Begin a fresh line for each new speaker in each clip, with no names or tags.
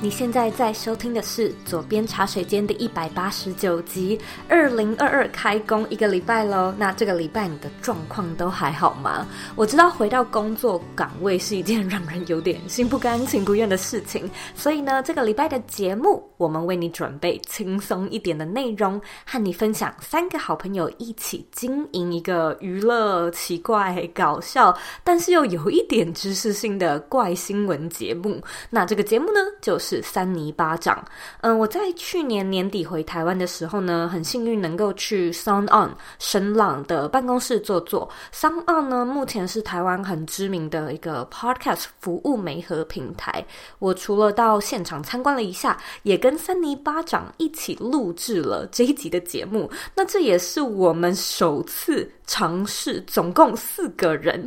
你现在在收听的是《左边茶水间》第一百八十九集，二零二二开工一个礼拜喽。那这个礼拜你的状况都还好吗？我知道回到工作岗位是一件让人有点心不甘情不愿的事情，所以呢，这个礼拜的节目我们为你准备轻松一点的内容，和你分享三个好朋友一起经营一个娱乐、奇怪、搞笑，但是又有一点知识性的怪新闻节目。那这个节目呢，就是三尼巴掌。嗯，我在去年年底回台湾的时候呢，很幸运能够去 Sound On 声浪的办公室坐坐。Sound On 呢，目前是台湾很知名的一个 podcast 服务媒合平台。我除了到现场参观了一下，也跟三尼巴掌一起录制了这一集的节目。那这也是我们首次尝试，总共四个人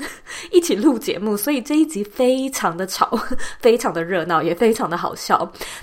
一起录节目，所以这一集非常的吵， 非常的热闹，也非常的好笑。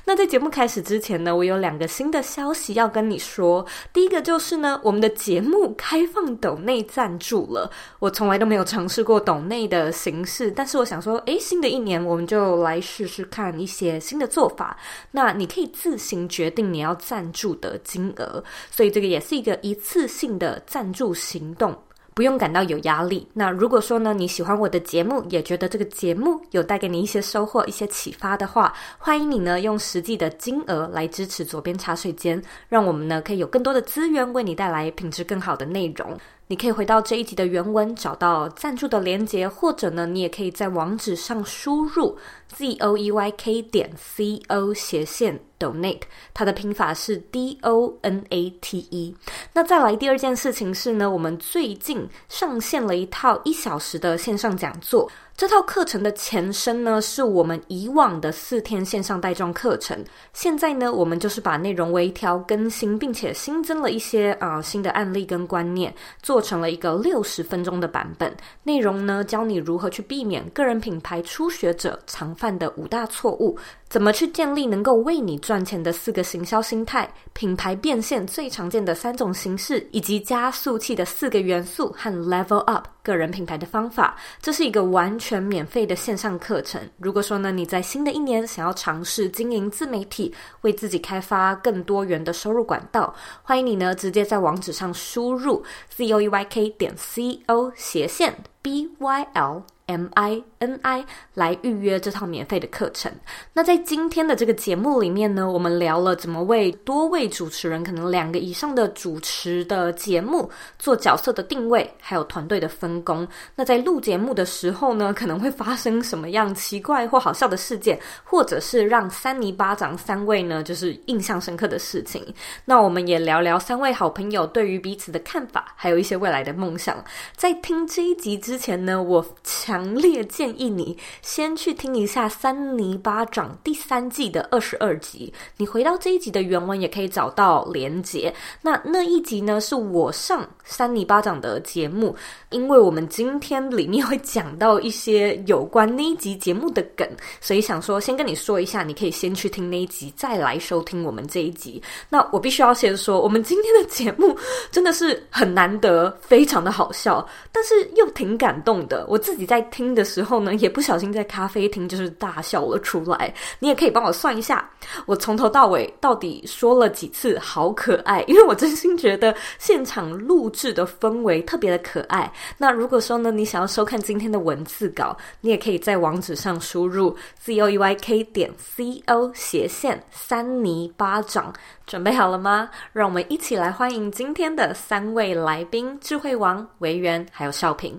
那在节目开始之前呢，我有两个新的消息要跟你说。第一个就是呢，我们的节目开放抖内赞助了。我从来都没有尝试过抖内的形式，但是我想说，诶，新的一年我们就来试试看一些新的做法。那你可以自行决定你要赞助的金额，所以这个也是一个一次性的赞助行动。不用感到有压力。那如果说呢，你喜欢我的节目，也觉得这个节目有带给你一些收获、一些启发的话，欢迎你呢用实际的金额来支持左边茶水间，让我们呢可以有更多的资源为你带来品质更好的内容。你可以回到这一集的原文，找到赞助的连结，或者呢，你也可以在网址上输入 z o e y k 点 c o 斜线 donate，它的拼法是 d o n a t e。那再来第二件事情是呢，我们最近上线了一套一小时的线上讲座。这套课程的前身呢，是我们以往的四天线上带状课程。现在呢，我们就是把内容微调更新，并且新增了一些啊、呃新的案例跟观念，做成了一个六十分钟的版本。内容呢，教你如何去避免个人品牌初学者常犯的五大错误，怎么去建立能够为你赚钱的四个行销心态，品牌变现最常见的三种形式，以及加速器的四个元素和 level up 个人品牌的方法。这是一个完全免费的线上课程。如果说呢，你在新的一年想要尝试经营自媒体，为自己开发更多元的收入管道，欢迎你呢直接在网址上输入 z o e y k 点 c o 斜线 b y l。M I N I 来预约这套免费的课程。那在今天的这个节目里面呢，我们聊了怎么为多位主持人，可能两个以上的主持的节目做角色的定位，还有团队的分工。那在录节目的时候呢，可能会发生什么样奇怪或好笑的事件，或者是让三尼巴掌三位呢就是印象深刻的事情。那我们也聊聊三位好朋友对于彼此的看法，还有一些未来的梦想。在听这一集之前呢，我强烈建议你先去听一下《三尼巴掌》第三季的二十二集。你回到这一集的原文也可以找到连结。那那一集呢，是我上《三尼巴掌》的节目，因为我们今天里面会讲到一些有关那一集节目的梗，所以想说先跟你说一下，你可以先去听那一集，再来收听我们这一集。那我必须要先说，我们今天的节目真的是很难得，非常的好笑，但是又挺感动的。我自己在听的时候呢，也不小心在咖啡厅就是大笑了出来。你也可以帮我算一下，我从头到尾到底说了几次“好可爱”，因为我真心觉得现场录制的氛围特别的可爱。那如果说呢，你想要收看今天的文字稿，你也可以在网址上输入 z o e y k 点 c o 斜线三尼巴掌。准备好了吗？让我们一起来欢迎今天的三位来宾：智慧王、维园还有少平。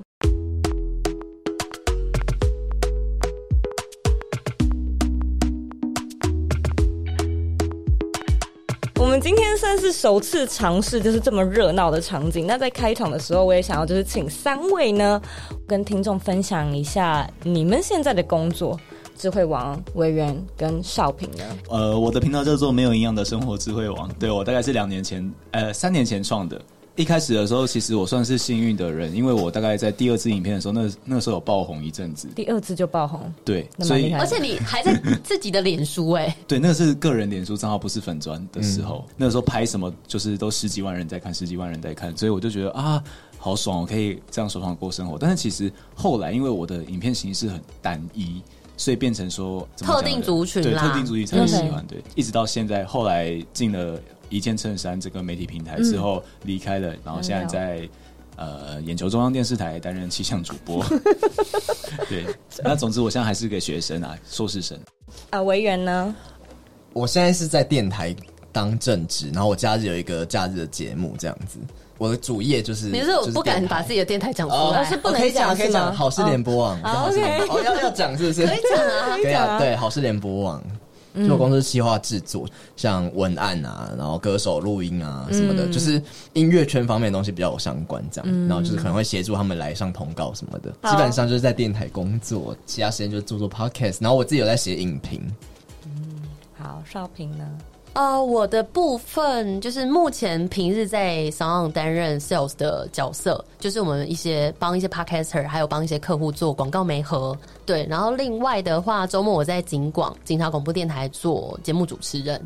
我们今天算是首次尝试，就是这么热闹的场景。那在开场的时候，我也想要就是请三位呢，跟听众分享一下你们现在的工作。智慧王、委员跟少平呢？
呃，我的频道叫做“没有营养的生活智慧网”，对我大概是两年前，呃，三年前创的。一开始的时候，其实我算是幸运的人，因为我大概在第二支影片的时候，那那时候有爆红一阵子，
第二次就爆红，
对，
那蛮
所
厉
以
害
而且你还在自己的脸书哎、
对，那是个人脸书账号，不是粉砖的时候，那时候拍什么就是都十几万人在看，十几万人在看，所以我就觉得啊，好爽，我可以这样爽爽过生活。但是其实后来，因为我的影片形式很单一。所以变成说怎么讲呢
特定族群
对
啦
特定族群才会喜欢，对，一直到现在，后来进了一件衬衫这个媒体平台
嗯
之后离、开了，然后现在在呃眼球中央电视台担任气象主 播，对，那总之我现在还是个学生啊，硕士生，
啊，维园呢？
我现在是在电台当正职，然后我假日有一个假日的节目，这样子。我的主业就是，
你是我
就是
不敢
电台
把自己的电台讲出
哦
来，
是不
哦
能
可以
讲
讲，可以
是吗
讲，好事联播网。
哦
可以讲好事
OK
联播网哦，要要讲是不是？可以
讲啊
可以
可以讲啊
啊，对，好事联播网。就我公司企划制作，像文案啊，然后歌手录音啊什么的，就是音乐圈方面的东西比较有相关这样。然后就是可能会协助他们来上通告什么的，基本上就是在电台工作，其他时间就做做 podcast。然后我自己有在写影评，
好，少平呢？
呃，我的部分就是目前平日在 s o n 担任 sales 的角色，就是我们一些帮一些 podcaster，还有帮一些客户做广告媒合，对。然后另外的话，周末我在警广警察广播电台做节目主持人，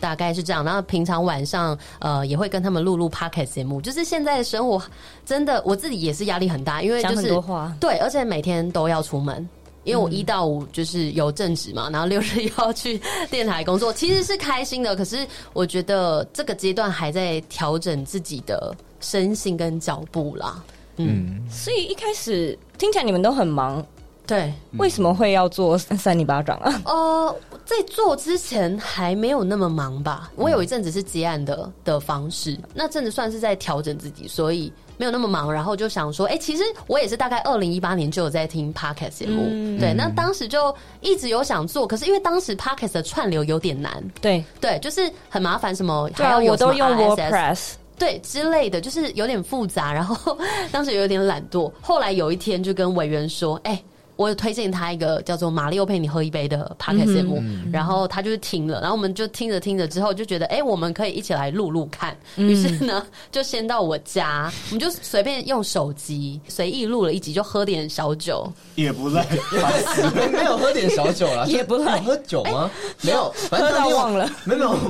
大概是这样。然后平常晚上呃也会跟他们录录 podcast 节目，就是现在的生活真的我自己也是压力很大，因为
讲
就
很
是
多
啊
话
对，而且每天都要出门。因为我一到五就是有正职嘛，然后六日又要去电台工作，其实是开心的。可是我觉得这个阶段还在调整自己的身心跟脚步啦。
所以一开始听起来你们都很忙，
对，
为什么会要做三里巴掌啊？
呃，在做之前还没有那么忙吧。
嗯
我有一阵子是接案的的方式，那阵子算是在调整自己，所以没有那么忙。然后就想说，哎、其实我也是大概二零一八年就有在听 podcast 节目，
嗯
对，那当时就一直有想做，可是因为当时 podcast 的串流有点难，
对，
对，就是很麻烦，什么
对
还
啊，
要有
我都
什么
用
RSS
WordPress，
对之类的，就是有点复杂，然后 当时有点懒惰。后来有一天就跟委员说：“哎、我有推荐他一个叫做《马里奥陪你喝一杯》的 podcast 节目。
嗯
然后他就是听了，然后我们就听着听着之后就觉得：“哎、我们可以一起来录录看。”
嗯
于是呢，就先到我家，我们就随便用手机随意录了一集，就喝点小酒。
也不 赖，
没有喝点小酒啦，
也不赖
是有喝酒吗？没有，反正
喝到
当天
忘了，
没有没有我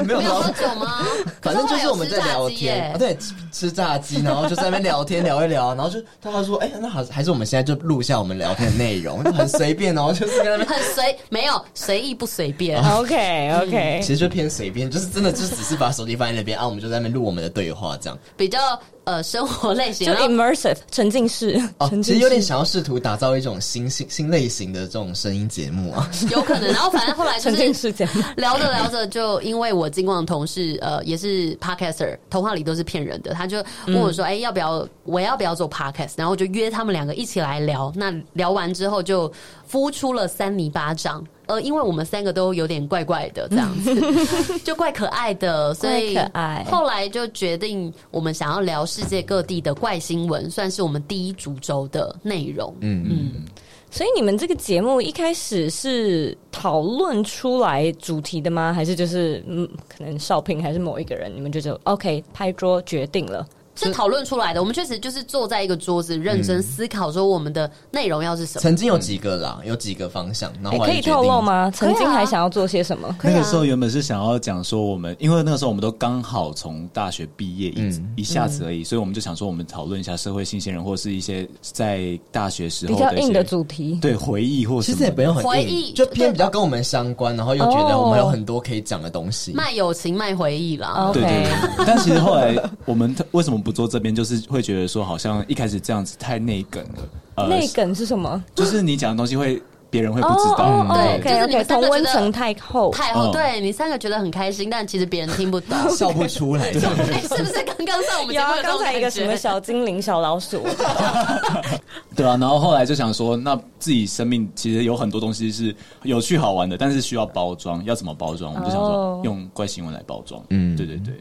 们没有
没有
到
喝酒 吗？
反正就是我们在聊天，啊
可是后来有吃炸鸡耶
对，吃吃炸鸡，然后就在那边聊天聊一聊，然后就他还说，哎、那还还是我们现在就录一下我们聊天的内容，就 很随便，然后就是在 那 边，
很随没有随意不随便。
啊
OK OK，
其实就偏随便，就是真的就只是把手机放在那边啊，我们就在那边录我们的对话这样。
比较呃生活类型，
就
然后
immersive 沉浸式，
哦，
沉
其
浸
实
式
有点想要试图打造一种新新新类型的这种声音节目 啊，
有可能。然后反正后来就
沉浸
是
式节目，
聊着聊着，就因为我金光的同事呃也是 podcaster，童话里都是骗人的，他就问我说：“哎、要不要我要不要做 podcast？” 然后我就约他们两个一起来聊。那聊完之后就敷出了三泥巴掌。呃，因为我们三个都有点怪怪的这样 子，就怪可爱的，所以
怪可爱
后来就决定我们想要聊世界各地的怪新闻，算是我们第一主轴的内容。
嗯嗯，
所以你们这个节目一开始是讨论出来主题的吗？还是就是嗯，可能少平还是某一个人，你们就就 OK 拍桌决定了？
是讨论出来的。我们确实就是坐在一个桌子，认真思考说我们的内容要是什么。
曾经有几个啦，有几个方向，然后
哎、
后
可
来
以
就决
透
定
露？吗？
以啊
曾经还想要做些什么？
可
那
以
个
啊
时候原本是想要讲说我们，因为那个时候我们都刚好从大学毕业一、
嗯
一下子而
嗯
已，所以我们就想说我们讨论一下社会新鲜人或是一些在大学时
比
候
较
的一
硬的
些
主题，
对回忆或什
其
么
实也不用很硬
回忆
就偏比较跟我们相关，然后又觉得我们有很多可以讲的东西。
卖友情，卖回忆啦。
对
OK
对对，但其实后来我们为什么不做这边，就是会觉得说好像一开始这样子太内梗了，呃，
内梗是什么？
就是你讲的东西会别人会不知道，
哦
对
o
就
k
是你
OK，
们
同
三个觉
温
得
层太厚，
太后
嗯
对你三个觉得很开心，但其实别人听不懂，
笑不出来，这样
哎是不是？刚刚上我们
有
节目
啊
有这
刚
种
才一个
感
什么
觉，
小精灵、小老鼠，
对啊，然后后来就想说，那自己生命其实有很多东西是有趣好玩的，但是需要包装，要怎么包装？我们就想
哦
说用怪新闻来包装。
嗯
嗯，对对对，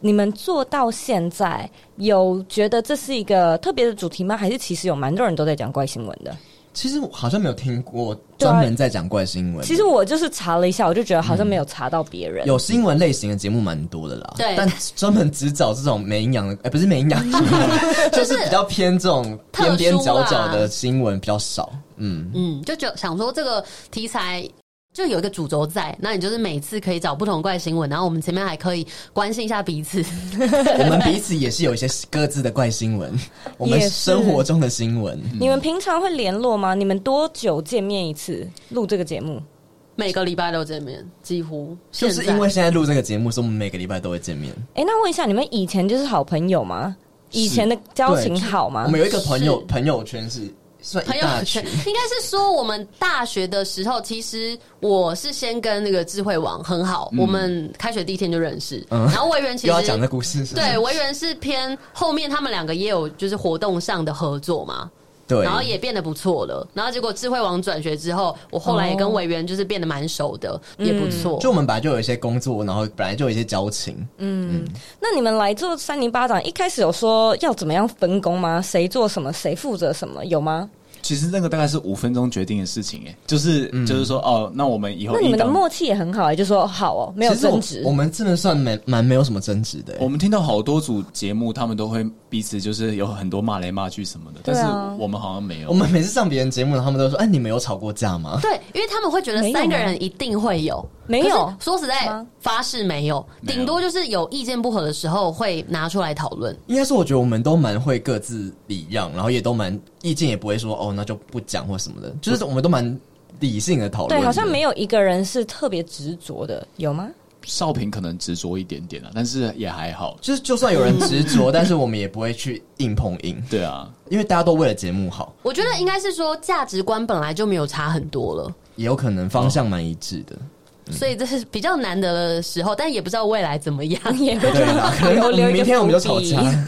你们做到现在，有觉得这是一个特别的主题吗？还是其实有蛮多人都在讲怪新闻的？
其实我好像没有听过
对啊
专门在讲怪新闻的。
其实我就是查了一下，我就觉得好像没有查到别人。
有新闻类型的节目蛮多的啦，
对
但专门只找这种没营养的，哎、不是没营养，就是比较偏这种边边角角的新闻比较少。嗯，
嗯，就就想说这个题材。就有一个主轴在，那你就是每次可以找不同怪新闻，然后我们前面还可以关心一下彼此。
我们彼此也是有一些各自的怪新闻，我们
也是
生活中的新闻。
你们平常会联络吗？你们多久见面一次？录这个节目？
每个礼拜都见面，几乎
就是因为现在录这个节目，所以我们每个礼拜都会见面。
哎、那问一下，你们以前就是好朋友吗？以前的交情好吗
我？们有一个朋友
是
朋友圈是算
朋
一
友
大
圈
群，
应该是说我们大学的时候，其实我是先跟那个智慧网很好，我们开学第一天就认识。然后维园其
嗯又要讲
实
这故事是 不是，
对维园是偏后面他们两个也有就是活动上的合作嘛，
对，
然后也变得不错了。然后结果智慧网转学之后，我后来也跟维园就是变得蛮熟的，也不错。
嗯就我们本来就有一些工作，然后本来就有一些交情，
那你们来做三零八掌，一开始有说要怎么样分工吗？谁做什么，谁负责什么，有吗？
其实那个大概是五分钟决定的事情，哎，就是就是说，哦，那我们以后
那你们的
一档
默契也很好、欸，就说好哦，没有
其实我
争执
我。们真的算蛮蛮没有什么争执的、欸
我们听到好多组节目，他们都会彼此就是有很多骂来骂去什么的，但
啊
是我们好像没有。
我们每次上别人节目，他们都说：“哎，你们有吵过架吗
对，因为他们会觉得
没有
三个
吗
人一定会有，
没
可是
有
说实在
吗，
发誓没有，
没有
顶多就是有意见不合的时候会拿出来讨论。？”
应该是我觉得我们都蛮会各自礼让，然后也都蛮意见也不会说哦，那就不讲或什么的，就是我们都蛮理性的讨论的。
对，好像没有一个人是特别执着的，有吗？
少平可能执着一点点啊，但是也还好。
就是就算有人 执着，但是我们也不会去硬碰硬，
对啊，
因为大家都为了节目好，
我觉得应该是说价值观本来就没有差很多了，
也有可能方向蛮一致的。
嗯
所以这是比较难得的时候，但也不知道未来怎么样。
也不知
对 啦，可
道，留
能
一个
明天我们就
伏
吵
笔
架。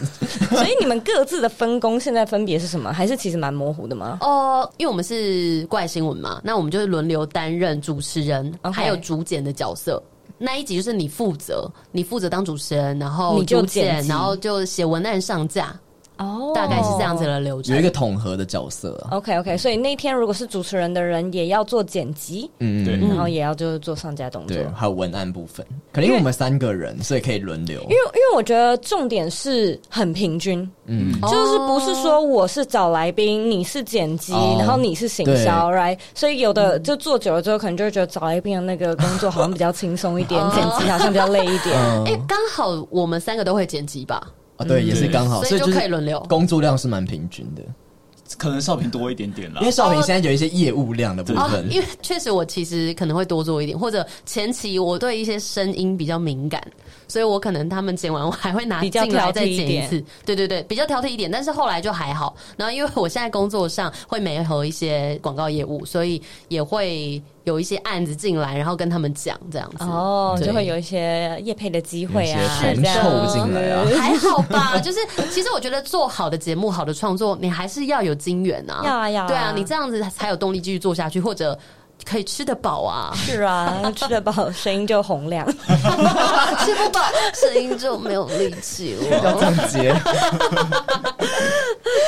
所以你们各自的分工现在分别是什么？还是其实蛮模糊的吗？
哦、因为我们是怪新闻嘛，那我们就是轮流担任主持人
OK
还有主剪的角色。那一集就是你负责，你负责当主持人，然后
你就
主剪
剪，辑
然后就写文案上架，
哦
大概是这样子。的流程。
有一个统合的角色啊，
OK OK，所以那天如果是主持人的人，也要做剪辑，
嗯，
对
然后也要就是做上架动作。
对，还有文案部分，可能因为我们三个人，所以可以轮流
因。为因为我觉得重点是很平均，
嗯，
就是不是说我是找来宾，你是剪辑，
哦
然后你是行销，right？所以有的就做久了之后，可能就会觉得找来宾的那个工作好像比较轻松一点，剪辑好像比较累一
嗯
点。
哎、刚好我们三个都会剪辑吧，
啊，对，也是刚好，
所以
就
就是可以轮流
工作量是蛮平均的。
可能少平多一点点啦
因为。少平现在有一些业务量的部
哦
分，，
因为确实我其实可能会多做一点，或者前期我对一些声音比较敏感，所以我可能他们剪完我还会拿
比较
进来再
挑剔一
剪一
点
次，对对对，比较挑剔一点，但是后来就还好。然后因为我现在工作上会媒合一些广告业务，所以也会有一些案子进来，然后跟他们讲这样子。
哦，
对
就会有一些业配的机
有一
会
些
啊，
铜
这样
臭进来 啊。
还好吧，就是其实我觉得做好的节目、好的创作，你还是要有金源啊，
要啊要啊
对啊，你这样子才有动力继续做下去，或者可以吃得饱啊。
是啊，吃得饱，声音就洪亮。
吃不饱，声音就没有力气
要这
了，
样接，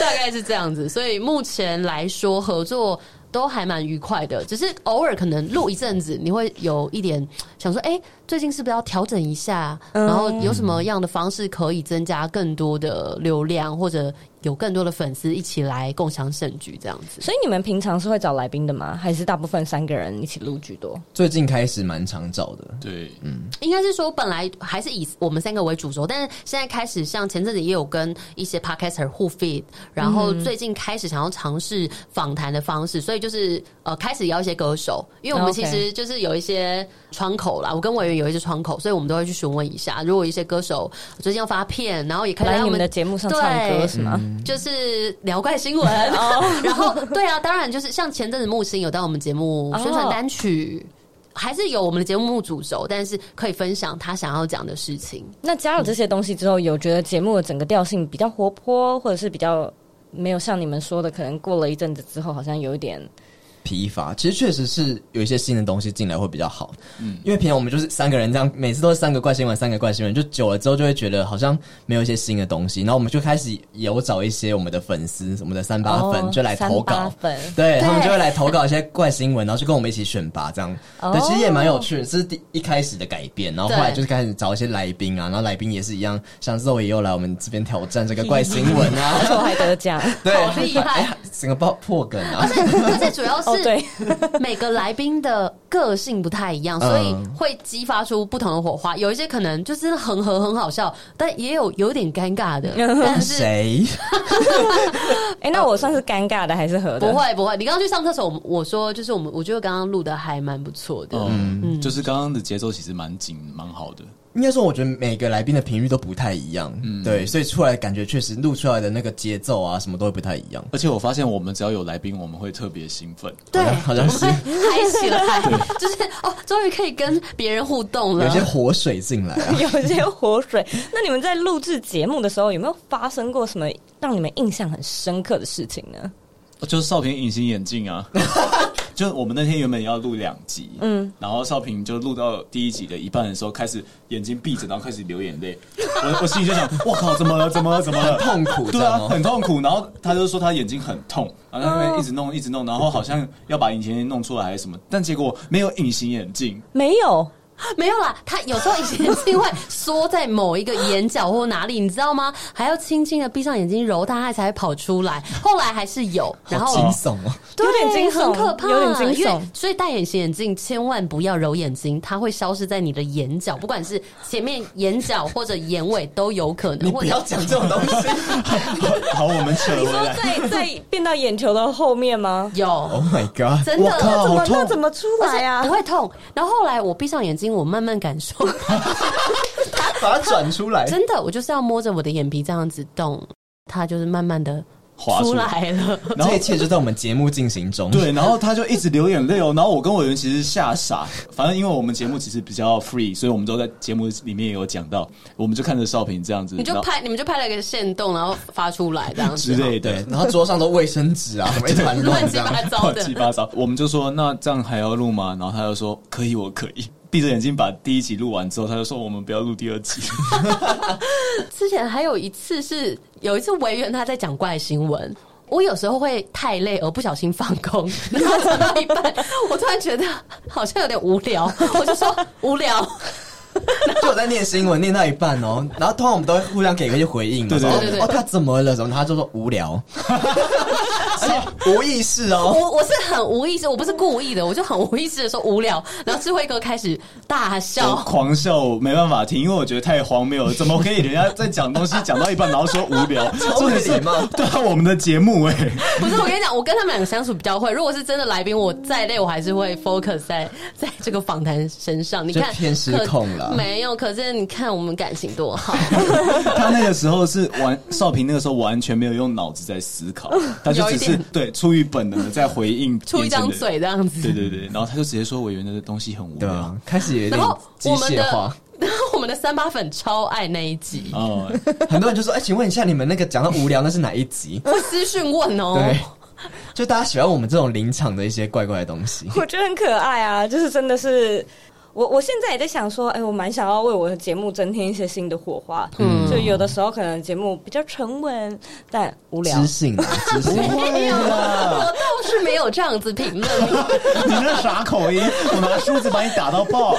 大概是这样子。所以目前来说，合作都还蛮愉快的，只是偶尔可能录一阵子，你会有一点想说，哎、最近是不是要调整一下？然后有什么样的方式可以增加更多的流量，或者有更多的粉丝一起来共享盛举这样子？
所以你们平常是会找来宾的吗？还是大部分三个人一起录居多？
最近开始蛮常找的，
对，
应该是说本来还是以我们三个为主轴，但是现在开始，像前阵子也有跟一些 podcaster 互 feed，然后
嗯
最近开始想要尝试访谈的方式，所以就是呃开始邀一些歌手，因为我们
哦 OK
其实就是有一些窗口啦，我跟委员有一些窗口，所以我们都会去询问一下，如果有一些歌手最近要发片，然后也可以
来
来
你们
我们
的节目上唱歌
对
是吗？
就是聊怪 新闻， 然后对啊，当然就是像前阵子木星有到我们节
哦
目宣传单曲。还是有我们的节目主轴，但是可以分享他想要讲的事 情。
那加入这些东西之后，有觉得节目的整个调性比较活泼，或者是比较没有像你们说的，可能过了一阵子之后，好像有一点
疲乏。其实确实是有一些新的东西进来会比较好，嗯，因为平常我们就是三个人这样，每次都是三个怪新闻，三个怪新闻，就久了之后就会觉得好像没有一些新的东西，然后我们就开始有找一些我们的粉丝，我们的三八粉、
哦
就来投
三八
稿，
粉
对他们就会来投稿一些怪新闻，然后就跟我们一起选拔 这样，对，其实也蛮有趣
哦
的，这是第一开始的改变，然后后来
对
就是开始找一些来宾啊，然后来宾也是一样，像肉也又来我们这边挑战这个怪新闻 啊，
而且我还得奖，
对，
好厉害
哎呀，整个爆破梗 啊！
而且主要
哦
是
对
每个来宾的个性不太一样，所以
嗯
会激发出不同的火花。有一些可能就是很和很好笑，但也有有点尴 尬的。
啊
但是
谁？啊
哎、那我算是尴尬的还是合的？
不会不会，你刚刚去上厕所，我们我说就是我们，我觉得刚刚录的还蛮不错
哦
的。
嗯，就是刚刚的节奏其实蛮紧，蛮好的。
应该说，我觉得每个来宾的频率都不太一样，对，所以出来感觉确实录出来的那个节奏啊，什么都会不太一样。
而且我发现，我们只要有来宾，我们会特别兴奋。
对，啊
好像好像是
嗨起 来，就是哦，终于可以跟别人互动
有
了
一。些活水进来啊。
有一些活水。那你们在录制节目的时候，有没有发生过什么让你们印象很深刻的事情呢？
哦就是少平隐形眼镜啊， 就是我们那天原本要录两集，嗯，然后少平就录到第一集的一半的时候，开始眼睛闭着，然后开始流眼泪。我我心里就想，我靠，怎么了？怎么了？怎么了？
痛苦
对
这样
啊，
哦
很痛苦。然后他就说他眼睛很痛，然后在那边一直弄，一直弄，然后好像要把隐形眼镜弄出来还是什么，但结果没有隐形眼镜。
没有，
没有啦，他有时候以前是因为缩在某一个眼角或哪里，你知道吗？还要轻轻的闭上眼睛揉它，它才会跑出来。后来还是有，然
好
后
惊悚哦！
对
有点惊悚
很可怕，
有点惊悚
因为所以戴隐形眼镜千万不要揉眼睛，它会消失在你的眼角，不管是前面眼角或者眼尾都有可能。
你
或
不
者
要讲这种东西。
好，我们扯回
说
来。
哦在在变到眼球的后面吗？
有
Oh my god！
真的
我靠，
怎
好
么那怎
痛！
么出来
而且
啊
不？会痛。然后后来我闭上眼睛，我慢慢感受，
把它转出来。
真的，我就是要摸着我的眼皮这样子动，它就是慢慢的
滑
出
出来
来了。
然后
这一切就在我们节目进行中。
对，然后他就一直流眼泪哦。然后我跟委员其实吓傻，反正因为我们节目其实比较 free，所以我们都在节目里面也有讲到，我们就看着少平这样子，
你就
然后
拍，你们就拍了一个线动，然后发出来这样
之
子，
类的，，
对然后桌上都卫生纸 啊，什么一 团
乱
乱
七
这样。
八糟
乱七
的。
八糟。我们就说那这样还要录吗？然后他就说可以，我可以。闭着眼睛把第一集录完之后，他就说我们不要录第二集。
之前还有一次是有一次维园他在讲怪新闻。我有时候会太累而不小心放空，然后讲到一半，我突然觉得好像有点无聊，我就说无聊，
哦
就我在念新闻，念到一半哦，然后通常我们都会互相给一些回应嘛，
对对
说
对对
哦，他怎么了？怎么？他就说无聊，而且无意识哦。
我我是很无意识，我不是故意的，我就很无意识的说无聊，然后智慧哥开始大
我
笑，
狂笑，我没办法听，因为我觉得太荒谬了，怎么可以人家在讲东西讲到一半，然后说无 聊？重点
没
是
礼貌
对啊，我们的节目哎、
不是我跟你讲，我跟他们两个相处比较会，如果是真的来宾，我再累我还是会 focus 在 在这个访谈身上，你看
就偏失控了
可没有，可是你看我们感情多 好，
他那个时候是完，少平那个时候完全没有用脑子在思考， 他就只
有一
是
点
对出于本能的在回应，
出一张，嘴这样子，
对对对，然后他就直接说委员的东西很无
对
聊
啊。，开始有一
然
点
后
机
我们
械
的
化。，
然后我们的三八粉超爱那一集，
哦，
很多人就说：“哎、请问一下，你们那个讲到无聊，那是哪一 集
会私讯问？”哦。
对，就大家喜欢我们这种临场的一些怪怪的东西。
我觉得很可爱啊，就是真的是。我我现在也在想说，哎、我蛮想要为我的节目增添一些新的火花。嗯，就有的时候可能节目比较沉稳，但无聊
知。性啊，知性。
没有，我倒是没有这样子评论。
你那啥口音？我拿梳子把你打到爆！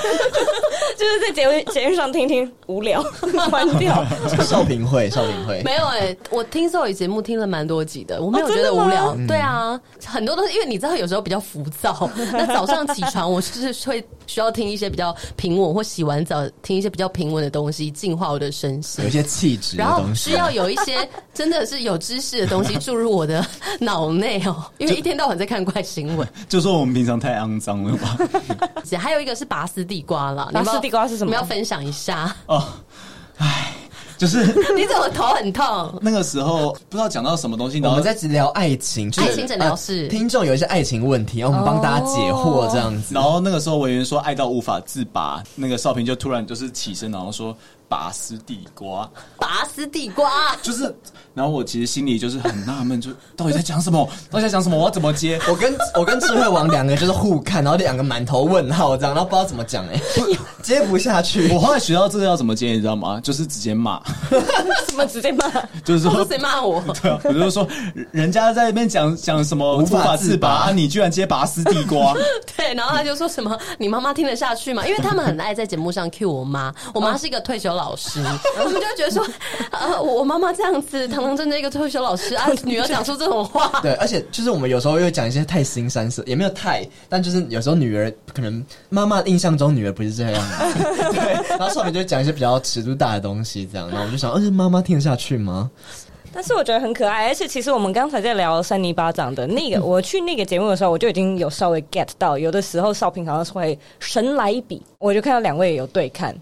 就是在节目节目上听听无聊， 关 掉。
少平会，少平会，
没有哎、我听兽语节目听了蛮多集的，我没有
哦
觉
真的
得无聊。
吗
对啊，很多都是因为你知道，有时候比较浮躁，那早上起床我就是会需要听一些比较平稳，或洗完澡听一些比较平稳的东西，净化我的身心
有一。些气质的
然后
东
啊
西。
需要有一些真的是有知识的东西注入我的脑内 哦，因为一天到晚在看怪新闻。
就说我们平常太肮脏了吧？
还有一个是拔丝地瓜啦，
拔丝地瓜是什么
你要不要分享一下。
哦，唉，就是
你怎么头很痛？
那个时候不知道讲到什么东西，
我
然后
们在聊爱情，就是
爱情诊疗室
呃听众有一些爱情问题，然后我们帮大家解惑这样子。
然后那个时候委员说爱到无法自拔，那个少平就突然就是起身，然后说。拔丝地瓜，
拔丝地 瓜，
就是，然后我其实心里就是很纳闷，就到底在讲什么？ 到底在讲什么？我要怎么接？
哦
我跟我跟智慧王两个就是互看，然后两个满头问号这样，然后不知道怎么讲哎、接不下去
我。后来学到这个要怎么接，你知道吗？就是直接骂，
怎么直接骂？
就是
不
说
哦是谁骂我？
对啊，我就说人人家在那边讲讲什么
无法自拔
啊，你居然接拔丝地瓜，
对，然后他就说什么“你妈妈听得下去吗？”因为他们很爱在节目上 cue 我妈，我妈是一个退休老师，我们就会觉得说，呃，我妈妈这样子堂堂正正一个退休老师啊，女儿讲出这种话，
对，而且就是我们有时候又讲一些太新三色，也没有太，但就是有时候女儿可能妈妈印象中女儿不是这样 的，对，然后少女就讲一些比较尺度大的东西这样，然后我们就想，而且妈妈听得下去吗？
但是我觉得很可爱，而且其实我们刚才在聊三尼巴掌的 那个，我去那个节目的时候，我就已经有稍微 get 到，有的时候少平好像是会神来一笔，我就看到两位有对看，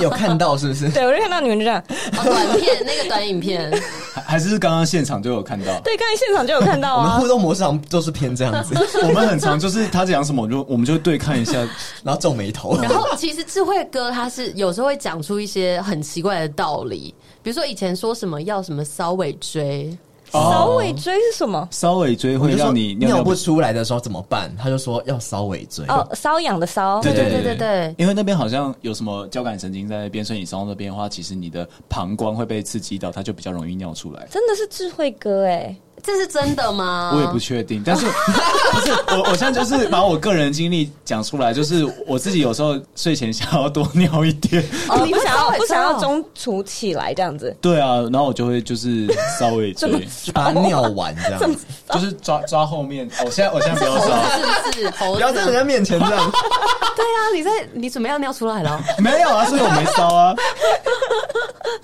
有看到是不是？
对我就看到你们就这样，
哦、短片那个短影片，
还还是刚刚现场就有看到。
对，刚才现场就有看到
我们
啊
互，动模式好像都是偏这样子，
我们很常就是他讲什么，我就我们就对看一下，
然后皱眉头。
然后其实智慧哥他是有时候会讲出一些很奇怪的道理，比如说以前说什么要什么稍尾追，
稍尾追是什么？
稍微追
我
会
就说
让你尿
尿
不
不出来的时候怎么办？他就说要稍微追。
哦，瘙痒的瘙，
对
对对对对
因为那边好像有什么交感神经在那边，所以你烧到那边的话，其实你的膀胱会被刺激到，它就比较容易尿出来。
真的是智慧哥哎，
这是真的吗？
我也不确定，但是 不是我？我现在就是把我个人经历讲出来，就是我自己有时候睡前想要多尿一点，
哦
你不想要
会
不想
知
要
道
中途起来这样子，
对啊，然后我就会就是稍微
这么
追，
就把它尿完这样，
就是抓抓后面。哦我现在我现在不要烧，
是不是猴
不要
子？
在人家面前这样。
对啊，你在你准备要尿出来了。哦
没有啊，所以我没烧啊。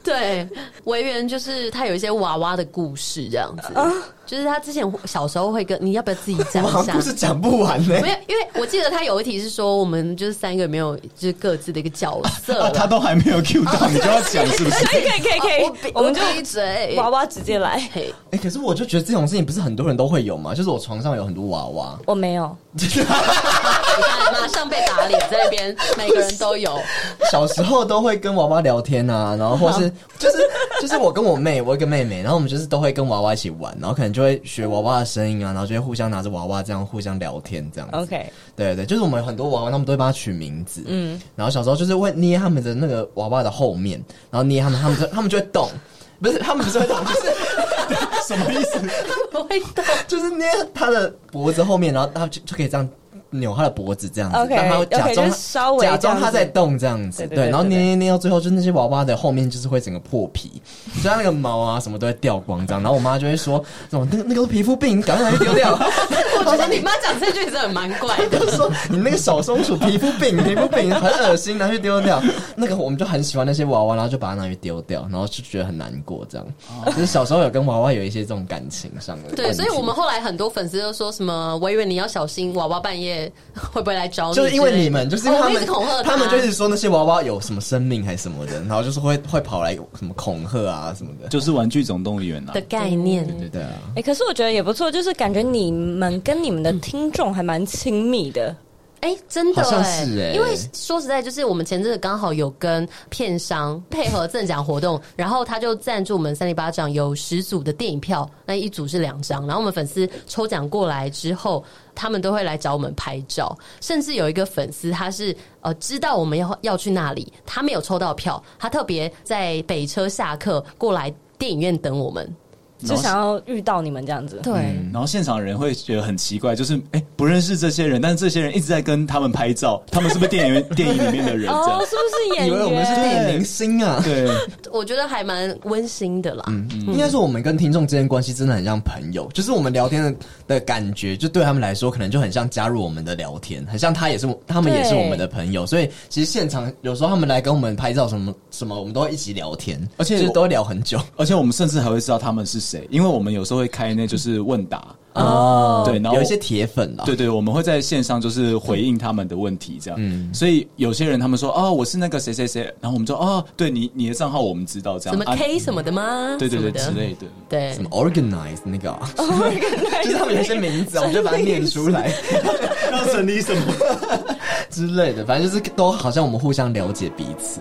对，维园就是他有一些娃娃的故事这样子，
啊
就是他之前小时候会跟你要不要自己
我
讲
们好
一
像故
下
事？讲不完呢、
没有，因为我记得他有一题是说我们就是三个没有就是各自的一个角色
哦
啊，他
啦。
都还没有 Q 到，你就要讲是不 是？
可以可以可以可
我
以，
我
我
们
们就
就一嘴
娃娃直接来，
嘿，
哎、可是我就觉得这种事情不是很多人都会有嘛，就是我床上有很多娃娃，
我没有，
你看马上被打脸，在那边每个人都有。
小时候都会跟娃娃聊天啊，然后或是就是就是我跟我妹，我有一个妹妹，然后我们就是都会跟娃娃一起玩，然后可能就会学娃娃的声音啊，然后就会互相拿着娃娃这样互相聊天这样子。
OK
对对，就是我们有很多娃娃，他们都会帮它取名字。嗯，然后小时候就是会捏他们的那个娃娃的后面，然后捏他们，他们就他们就会动， 不是他们不是会动，就是
什么意思？
我 会动，
就是捏他的脖子后面，然后他就就可以这样扭他的脖子这样子
OK，
让他假
OK，
装
就稍微
假装
这样子
他在动这样子，
对对对
然后
对
捏
对
捏捏到最后，就那些娃娃的后面就是会整个破皮，就它那个毛啊什么都会掉光这样，然后我妈就会说，什么那个那个是皮肤病，赶快拿去丢掉。
我觉得你妈讲这句也是很蛮怪的。
就说你那个小松鼠皮肤病，皮肤病很恶心，拿去丢掉。那个我们就很喜欢那些娃娃，然后就把它拿去丢掉，然后就觉得很难过，这样。就是小时候有跟娃娃有一些这种感情上的问题。
哦 对，所以我们后来很多粉丝都说什么“我以为你要小心，娃娃半夜会不会来哦找你”，哦
就是因为你们，就是因为
我
他
们一
们
直，恐吓
他们就是说那些娃娃有什么生命还是什么的，然后就是会会跑来什么恐吓啊什么的。
就是《玩具总动员》啊
的。概念。
对对啊，
哎、可是我觉得也不错，就是感觉你们跟你们的听众还蛮亲密的。
哎、真的、
好像
哎
是哎
因为说实在，就是我们前阵子刚好有跟片商 配合赠奖活动，然后他就赞助我们三零八奖有十组的电影票，那一组是两张，然后我们粉丝抽奖过来之后，他们都会来找我们拍照，甚至有一个粉丝他是呃知道我们要要去那里，他没有抽到票，他特别在北车下课过来电影院等我们，
就想要遇到你们这样
嗯
子。
对。
然后现场人会觉得很奇怪，就是哎、不认识这些人，但是这些人一直在跟他们拍照，他们是不是电影 院电影里面的人这
哦
样，？
是不是演
以为我们是
员？
电影明星啊。
对，
我觉得还蛮温馨的啦。
嗯
应该说我们跟听众之间关系真的很像朋友，就是我们聊天的的感觉，就对他们来说可能就很像加入我们的聊天，很像他也是我他们也是
对
我们的朋友，所以其实现场有时候他们来跟我们拍照什么什么，我们都会一起聊天，
而且
就是
我
都会聊很久。
而且我们甚至还会知道他们是谁，因为我们有时候会开那就是问答，
哦
对然后
有一些铁粉啦，
对对，我们会在线上就是回应他们的问题这样。所以有些人他们说哦，我是那个谁谁谁，然后我们说哦，对你你的账号我们知道这
什
样
么
啊
K 什么的吗？
对对对之
什么的
类的。
对
什么 organize 那个、啊，就是他们有一些名字，我们就把它念出来，
要整理什么？
之类的，反正就是都好像我们互相了解彼此。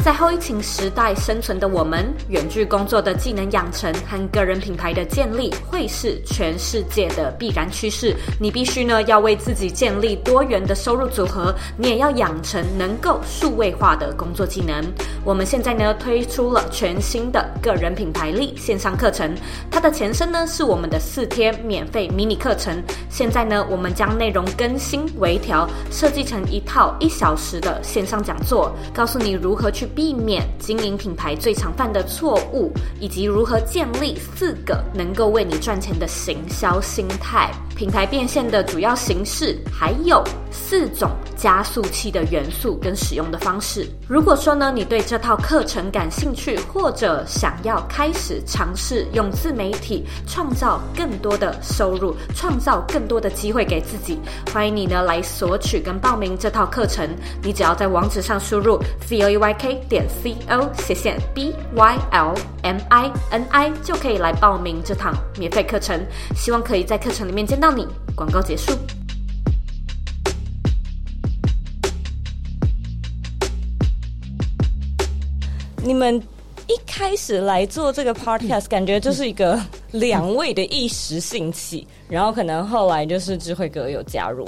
在后疫情时代生存的我们，远距工作的技能养成和个人品牌的建立，会是全世界的必然趋势。你必须呢要为自己建立多元的收入组合，你也要养成能够数位化的工作技能。我们现在呢推出了全新的个人品牌力线上课程，它的前身呢是我们的四天免费迷你课程，现在呢我们将内容更新微调，设计成一套一小时的线上讲座，告诉你如何去避免经营品牌最常犯的错误，以及如何建立四个能够为你赚钱的行销心态。品牌变现的主要形式，还有四种加速器的元素跟使用的方式。如果说呢，你对这套课程感兴趣，或者想要开始尝试用自媒体创造更多的收入，创造更多的机会给自己，欢迎你呢来索取跟报名这套课程。你只要在网址上输入 c o e y k 点 c o 斜线 b y l m i n i 就可以来报名这堂免费课程。希望可以在课程里面见到你。广告结束。
你们一开始来做这个 podcast，感
嗯
觉就是一个两位的一时兴起，然后可能后来就是智慧哥有加入。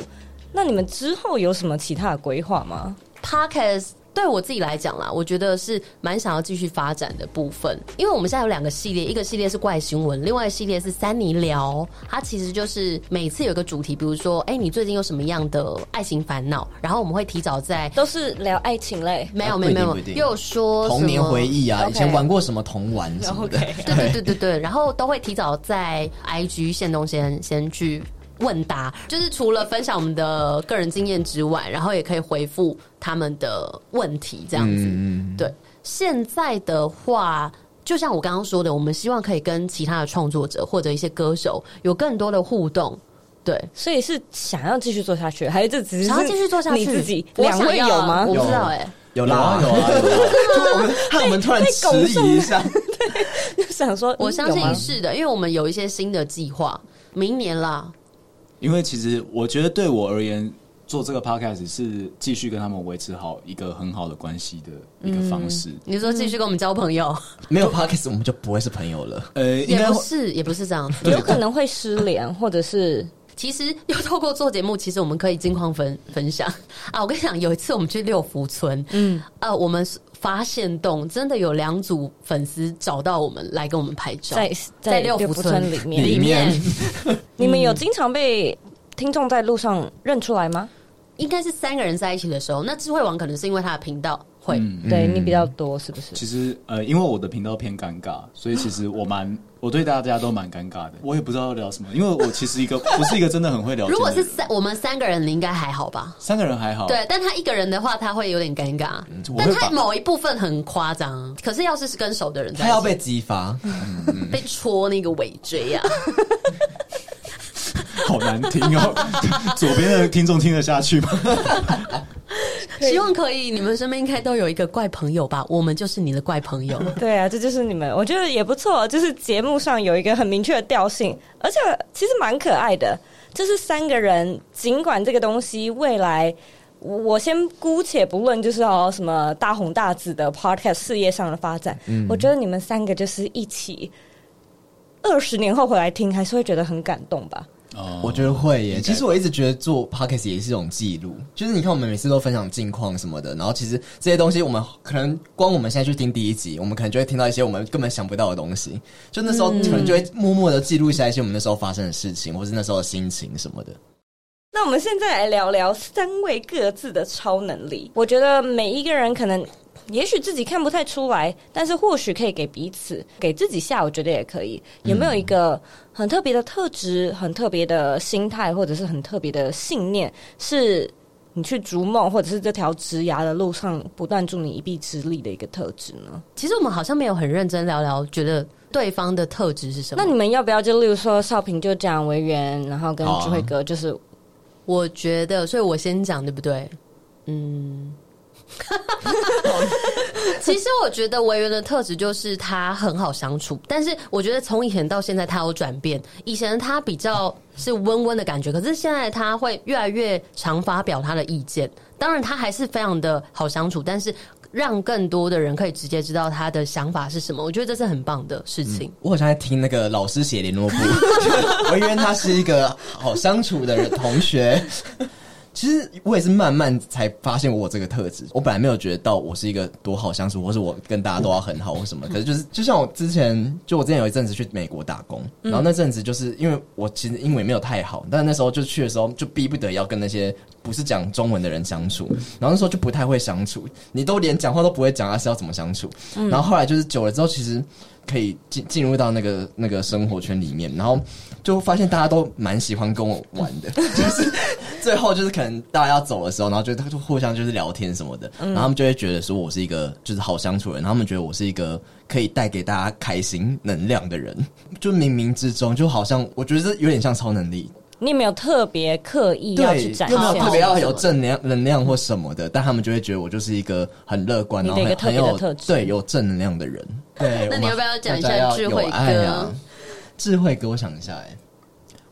那你们之后有什么其他的规划吗？
Podcast 对我自己来讲啦，我觉得是蛮想要继续发展的部分，因为我们现在有两个系列，一个系列是怪新闻，另外一个系列是三尼聊。它其实就是每次有一个主题，比如说，哎，你最近有什么样的爱情烦恼？然后我们会提早在
都是聊爱情类。
没
啊
有没有没有
不一定不一定
又说什么
童年回忆啊，
OK
以前玩过什么童玩什么的
OK
对对对对对，然后都会提早在 IG 线动先先去问答，就是除了分享我们的个人经验之外，然后也可以回复他们的问题这样子。
嗯，
对，现在的话。就像我刚刚说的，我们希望可以跟其他的创作者或者一些歌手有更多的互动，对，
所以是想要继续做下去，还是这只是
想要继续做下去。
你自己
我
两位
想要
有吗？
我不知道
有
哎、
有啦
有
有
啊
啦有啦，就我们害我们突然迟疑一下，
就 想说，
我
嗯
相
有吗
信是的，因为我们有一些新的计划，明年啦，
因为其实我觉得对我而言，做这个 podcast 是继续跟他们维持好一个很好的关系的一个方式。
你说
嗯
继续跟我们交朋友，
没有 podcast 我们就不会是朋友了。
呃，应
也
该
不是，也不是这样。
有可能会失联，或者是
其实又透过做节目，其实我们可以近况分分享 啊。我跟你讲，有一次我们去六福村，嗯，呃，我们发现洞真的有两组粉丝找到我们来跟我们拍照，
在
在
六
六
福
福
村
村
里面。
里面
你们有经常被听众在路上认出来吗？
应该是三个人在一起的时候。那智慧王可能是因为他的频道会，
嗯
嗯
对你比较多，是不是？
其实呃，因为我的频道偏尴尬，所以其实我蛮我对大家都蛮尴尬的。我也不知道要聊什么，因为我其实一个不是一个真的很会聊天
如
的人。
果是三我们三个人，你应该还好吧？
三个人还好，嗯
对，但他一个人的话，他会有点尴尬，
我
但
会
他
把
某一部分很夸张。可是要是是跟熟的人在一
他
起，
要被激发，
被戳那个尾椎啊。
好难听哦。左边的听众听得下去吗？
希望可以，你们身边应该都有一个怪朋友吧？我们就是你的怪朋友。
对啊，这就是你们，我觉得也不错。就是节目上有一个很明确的调性，而且嗯其实蛮可爱的。就是三个人，尽管这个东西未来，我我先姑且不论，就是哦什么大红大紫的 podcast 事业上的发展，我觉得你们三个就是一起。二十年后回来听，还是会觉得很感动吧？
哦
我觉得会耶。
应该
其实我一直觉得做 podcast 也是一种记录，就是你看我们每次都分享近况什么的，然后其实这些东西我们可能光我们现在去听第一集，我们可能就会听到一些我们根本想不到的东西，就那时候可能就会默默的记录下一些我们那时候发生的事情，或是那时候的心情什么的。
那我们现在来聊聊三位各自的超能力。我觉得每一个人可能，也许自己看不太出来，但是或许可以给彼此、给自己下，我觉得也可以。有没有一个很特别的特质、很特别的心态，或者是很特别的信念，是你去逐梦或者是这条职涯的路上不断助你一臂之力的一个特质呢？
其实我们好像没有很认真聊聊，觉得对方的特质是什么。
那你们要不要就例如说少平就讲为源，然后跟
好啊
智慧哥就是
我觉得，所以我先讲，对不对？嗯。其实我觉得维园的特质就是他很好相处，但是我觉得从以前到现在他有转变。以前他比较是温温的感觉，可是现在他会越来越常发表他的意见。当然，他还是非常的好相处，但是让更多的人可以直接知道他的想法是什么。我觉得这是很棒的事情。
我好像在听那个老师写联络簿， 我以为他是一个好相处的人同学。其实我也是慢慢才发现我有这个特质，我本来没有觉得到我是一个多好相处，或是我跟大家都要很好或什么。可是就是就像我之前，就我之前有一阵子去美国打工，然后那阵子就是因为我其实英文也没有太好，但那时候就去的时候就逼不得要跟那些不是讲中文的人相处，然后那时候就不太会相处，你都连讲话都不会讲，还是要怎么相处？然后后来就是久了之后，其实。可以进进入到那个那个生活圈里面，然后就发现大家都蛮喜欢跟我玩的，就是 最后就是可能大家要走的时候，然后就他就互相就是聊天什么的，然后他们就会觉得说我是一个就是好相处的人，然后他们觉得我是一个可以带给大家开心能量的人，就冥冥之中就好像我觉得这有点像超能力，
你没有特别刻意要
对，
去展
又没有
现
特别要有正能能量或什么的，但他们就会觉得我就是一个很乐观，
你
然
的一
后很
个特
很
别的
有
特质
对有正能量的人。对，
那
我
你
们
要不要讲一下
大家要
智慧
有爱啊
哥
智慧哥，我想一下，哎，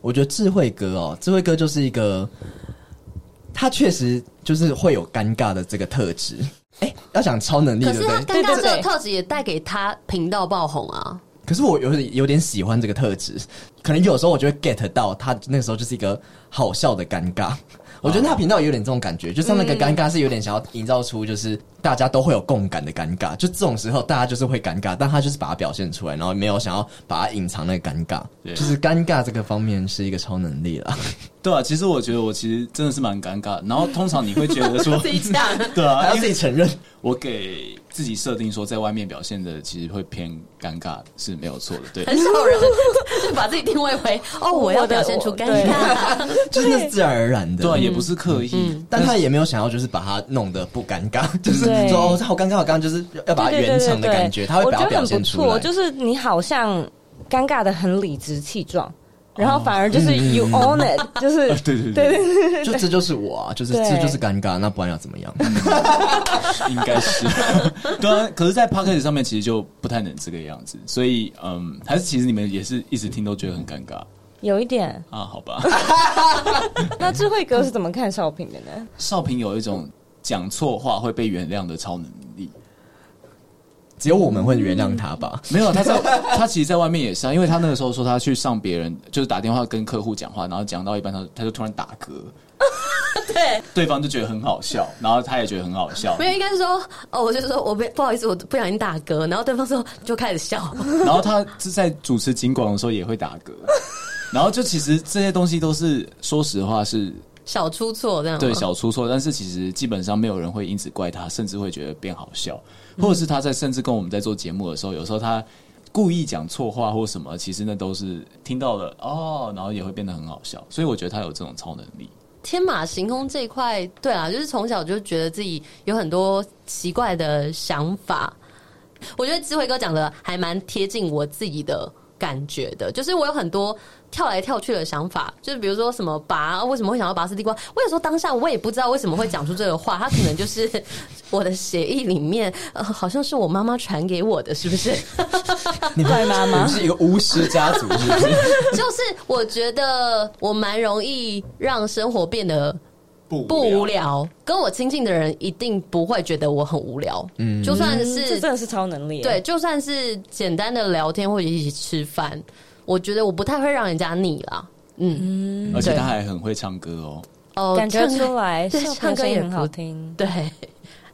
我觉得智慧哥哦，智慧哥就是一个，他确实就是会有尴尬的这个特质。哎，要讲超能力，
可
对
是
不
他
对？
尴尬
对
这
对
个
对
特质也带给他频道爆红啊！
可是我有点有点喜欢这个特质，可能有时候我就会 get 到他那时候就是一个好笑的尴尬。
哦
我觉得他频道有点这种感觉，就像那个尴尬是有点想要营造出就是大家都会有共感的尴尬，就这种时候大家就是会尴尬，但他就是把它表现出来，然后没有想要把它隐藏那个尴尬，
对
就是尴尬这个方面是一个超能力啦。
对啊，其实我觉得我其实真的是蛮尴尬。然后通常你会觉得说，
讲，
对
还
啊，
要
因
自
为
己承认，
我给自己设定说，在外面表现的其实会偏尴尬是没有错的，对。
很少人 就把自己定位为哦，我要表现出尴尬。
就是那是自然而然的。
对啊，也不是刻意，
但他也没有想要，就是把它弄得不尴尬，就是
对
说哦，好尴尬，好尴尬，就是要把它
对对对
圆
对
场的
对
感觉，他会
我
把
觉得
它表
很不
现出来。
错，就是你好像尴尬的很理直气壮，然后反而
嗯
就是 you own it，就是
啊
对对对
对对，
就这就是我啊，就是
对
这就是尴尬，那不然要怎么样？
应该是。对啊，可是，在 p o c k e t 上面其实就不太能这个样子，所以嗯，还是其实你们也是一直听都觉得很尴尬
有一点。
啊，好吧。
那智慧哥是怎么看少平的呢？
少平有一种讲错话会被原谅的超能力，
只有我们会原谅他吧？
没有，他在 他其实，在外面也是啊，因为他那个时候说他去上别人，就是打电话跟客户讲话，然后讲到一半他，他就突然打嗝，
对，
对方就觉得很好笑，然后他也觉得很好 笑
没，有，应该是说哦，我就说我不不好意思，我不小心打嗝，然后对方说就开始笑。
然后他是在主持金广的时候也会打嗝，然后就其实这些东西都是说实话是
小出错这样吗
对小出错，但是其实基本上没有人会因此怪他，甚至会觉得变好笑，或者是他在甚至跟我们在做节目的时候，有时候他故意讲错话或什么，其实那都是听到了哦，然后也会变得很好笑，所以我觉得他有这种超能力。
天马行空这一块，对啊，就是从小就觉得自己有很多奇怪的想法。我觉得智慧哥讲的还蛮贴近我自己的感觉的，就是我有很多跳来跳去的想法，就是比如说什么拔，为什么会想要拔丝地瓜？我有时候当下我也不知道为什么会讲出这个话，它可能就是我的血液里面，呃，好像是我妈妈传给我的，是不是？
怪妈妈
我们是一个巫师家族，是 不是？
就是我觉得我蛮容易让生活变得
不
不无聊，跟我亲近的人一定不会觉得我很无聊。嗯，就算
这
是、
真的是超能力。
对，，就算是简单的聊天或者一起吃饭，我觉得我不太会让人家腻啦。嗯，
而且他还很会唱歌哦。
哦
感觉
唱
出来，
对
少平
唱
的
歌
声音
也
很
不
好听。
对。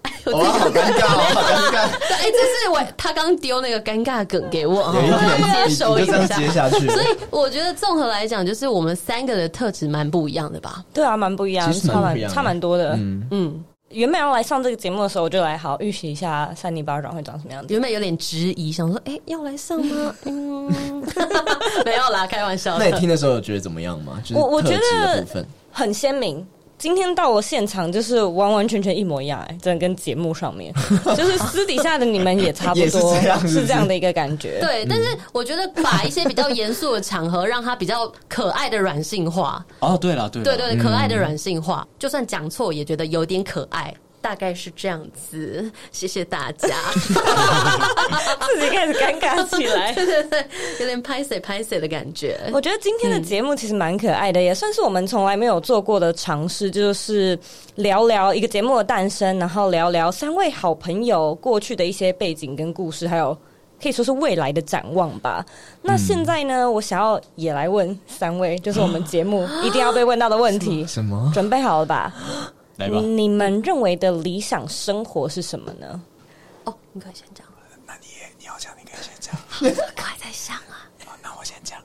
哎，我
哇，好尴尬，好 尴尬，
哎、这是我他刚丢那个尴尬梗给我， 我
有一
要
点，
接
你
手一
你就这样
下。
接下去。
所以 我觉得综合来讲，就是我们三个的特质蛮不一样的吧。
对啊，蛮不一样，
其实蛮
差
不一
蛮
样的
差蛮多的。
嗯，
原本要来上这个节目的时候，我就来好预习一下三尼巴掌会长什么样子。
原本有点质疑，想说，哎、要来上吗？嗯， 没有啦，开玩笑的。
那你听的时候有觉得怎么样吗？就是
我我觉得
特质的部分，
很鲜明。今天到我现场就是完完全全一模一样、哎，真的跟节目上 面，就是私底下的你们也差不
也是
多，
这样是不是
这样的一个感觉。
对，但是我觉得把一些比较严肃的场合，让它比较可爱的软性化。嗯
哦，对了，对了，
对对对，可爱的软性化，就算讲错也觉得有点可爱。大概是这样子， 谢谢大家。
自己开始尴尬起来。
对对对，有点拍谁拍谁的感觉。
我觉得今天的节目其实蛮可爱的，也算是我们从来没有做过的尝试，就是聊聊一个节目的诞生，然后聊聊三位好朋友过去的一些背景跟故事，还有可以说是未来的展望吧。
嗯
那现在呢，我想要也来问三位，就是我们节目一定要被问到的问题，
什 么？
准备好了吧？
来吧，
你们认为的理想生活是什么呢？
哦，你快先讲，
你要讲你可以先讲。
快在想啊！
那我先讲。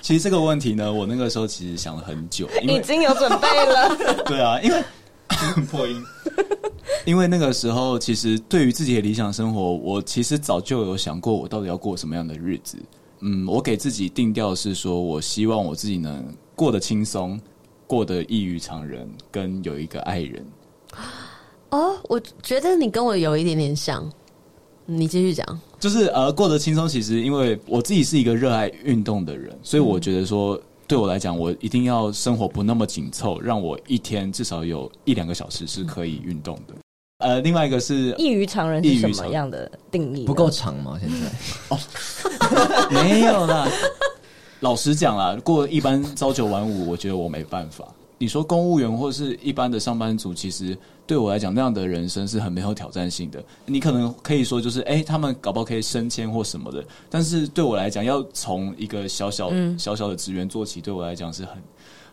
其实这个问题呢，我那个时候其实想了很久，因
已
为
经有准备了，
对啊，因为破音， 因为那个时候其实对于自己的理想生活，我其实早就有想过，我到底要过什么样的日子。嗯，我给自己定调是说，我希望我自己能过得轻松，过得异于常人，跟有一个爱人。
哦，我觉得你跟我有一点点像，你继续讲。
就是呃，过得轻松。其实因为我自己是一个热爱运动的人，所以我觉得说，对我来讲，我一定要生活不那么紧凑，让我一天至少有一两个小时是可以运动的。呃，另外一个是
异于常人是什么样的定义呢？
不够长吗？现在
没有啦。老实讲啦，过一般朝九晚五，我觉得我没办法。你说公务员或是一般的上班族，其实对我来讲，那样的人生是很没有挑战性的。你可能可以说就是，哎、他们搞不好可以升迁或什么的，但是对我来讲，要从一个小小、小小的职员做起，对我来讲是很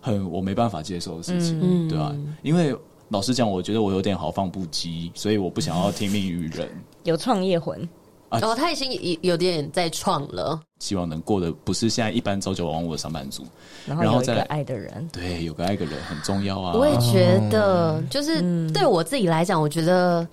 很我没办法接受的事情，
嗯
对吧、因为老实讲，我觉得我有点豪放不羁，所以我不想要听命于人，
有创业魂。
然后、哦、他已经有有点在创了，
希望能过得不是现在一般朝九晚五的上班族。
然后
然后
有一
再
个
来
爱的人，
对，有个爱一个人很重要啊。
我也觉得，就是对我自己来讲，我觉得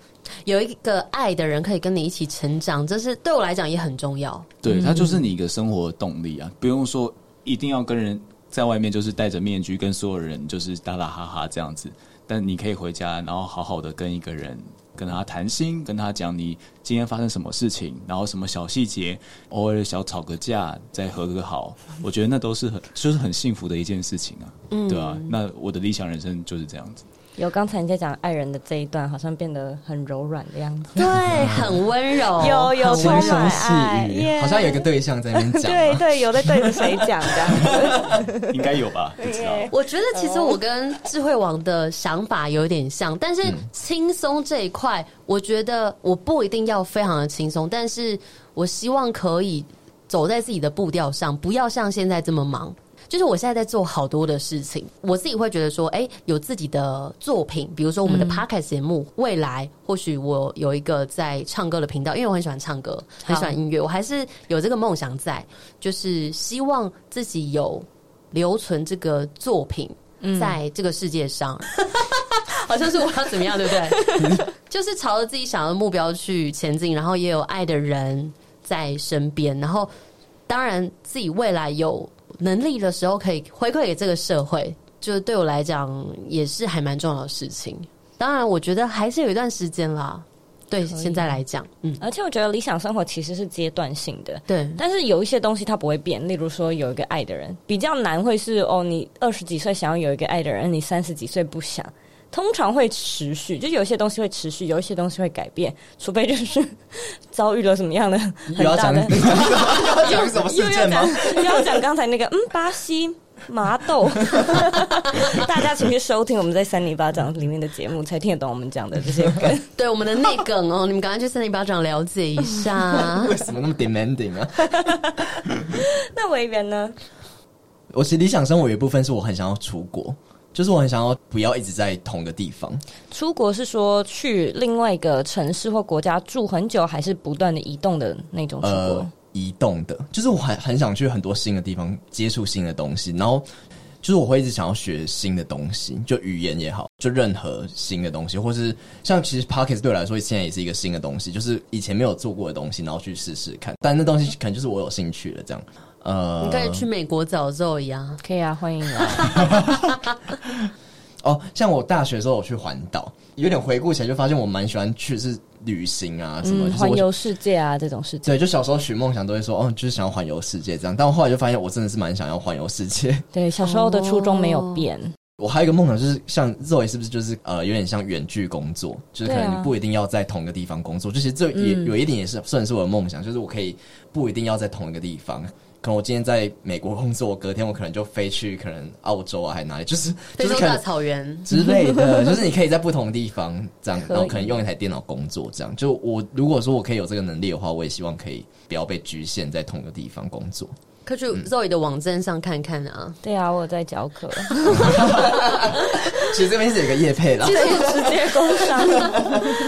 有一个爱的人可以跟你一起成长，这是对我来讲也很重要。
对，它就是你一个生活的动力啊，不用说一定要跟人在外面就是戴着面具跟所有人就是打打哈哈这样子，但你可以回家，然后好好的跟一个人。跟他谈心，跟他讲你今天发生什么事情，然后什么小细节，偶尔小吵个架，再和个好，我觉得那都是很就是很幸福的一件事情啊，对啊，那我的理想人生就是这样子。
有刚才你在讲爱人的这一段，好像变得很柔软的样子。
对，很温柔。
有有充
轻声
满
啊
爱，
细
耶
语，好像有一个对象在那边讲啊
对
嘛。
对，有在对着谁讲这样子。
应该有吧？不知道。
我觉得其实我跟智慧王的想法有点像，但是轻松这一块，我觉得我不一定要非常的轻松，但是我希望可以走在自己的步调上，不要像现在这么忙。就是我现在在做好多的事情，我自己会觉得说，哎、有自己的作品，比如说我们的 podcast 节目，未来或许我有一个在唱歌的频道，因为我很喜欢唱歌，很喜欢音乐，我还是有这个梦想在，就是希望自己有留存这个作品在这个世界上。嗯 好像是我要怎么样，对不对？ 就是朝着自己想要的目标去前进，然后也有爱的人在身边，然后当然自己未来有能力的时候，可以回馈给这个社会，就是对我来讲也是还蛮重要的事情。当然，我觉得还是有一段时间啦。对，现在来讲，嗯，
而且我觉得理想生活其实是阶段性的，
对，
但是有一些东西它不会变，例如说有一个爱的人，比较难会是哦，你二十几岁想要有一个爱的人，你三十几岁不想。通常会持续，就有一些东西会持续，有一些东西会改变，除非就是 遭遇了什么样的
又
很
要
大
讲
的
又要 讲什么事件吗？。
又要讲刚才那个，嗯，巴西麻豆，大家请去收听我们在三里巴掌里面的节目，才听得懂我们讲的这些梗。
对我们的内梗哦，你们赶快去森林巴掌了解一下
为什么那么 demanding 啊？
那维园呢？
我其实理想生活有一部分是我很想要出国，就是我很想要不要一直在同个地方。
出国是说去另外一个城市或国家住很久，还是不断的移动的那种出国？
呃移动的，就是我很很想去很多新的地方接触新的东西，然后就是我会一直想要学新的东西，就语言也好，就任何新的东西，或是像其实 Pocket 对我来说现在也是一个新的东西，就是以前没有做过的东西，然后去试试看，但那东西可能就是我有兴趣的这样。呃，
你可以去美国找肉一样，
可以啊，欢迎啊！
哦，像我大学的时候我去环岛，有点回顾起来就发现我蛮喜欢去的是旅行啊什么，
嗯，
就是
环
我
游世界啊，这种事情，
对，就小时候许梦想都会说，哦，就是想要环游世界这样，但我后来就发现我真的是蛮想要环游世界。
对，小时候的初衷没有变。
我还有一个梦想，就是像 Zoe 是不是就是呃有点像远距工作，就是可
对
能
啊
你不一定要在同一个地方工作，就是这也、有一点也是算是我的梦想，就是我可以不一定要在同一个地方。可能我今天在美国工作，隔天我可能就飞去可能澳洲啊，还哪里，就是
非
就
洲
是可
大
能
草原，
之类的，就是你可以在不同的地方这样，
可以
然后可能用一台电脑工作这样。就我如果说我可以有这个能力的话，我也希望可以不要被局限在同一个地方工作。
可以去 Zoe 的网站上看看啊。
对啊，我有在教课，
其实这边是有一个叶配啦，
直接工伤。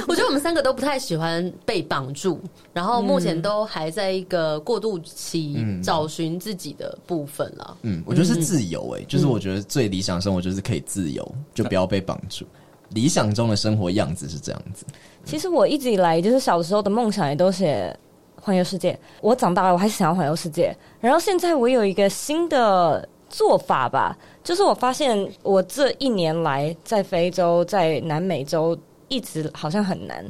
我觉得我们三个都不太喜欢被绑住，然后目前都还在一个过渡期，找寻自己的部分了。
嗯，我觉得是自由诶、就是我觉得最理想的生活就是可以自由，就不要被绑住。理想中的生活样子是这样子，
其实我一直以来就是小时候的梦想也都写环游世界，我长大了我还是想要环游世界。然后现在我有一个新的做法吧，就是我发现我这一年来在非洲、在南美洲一直好像很难，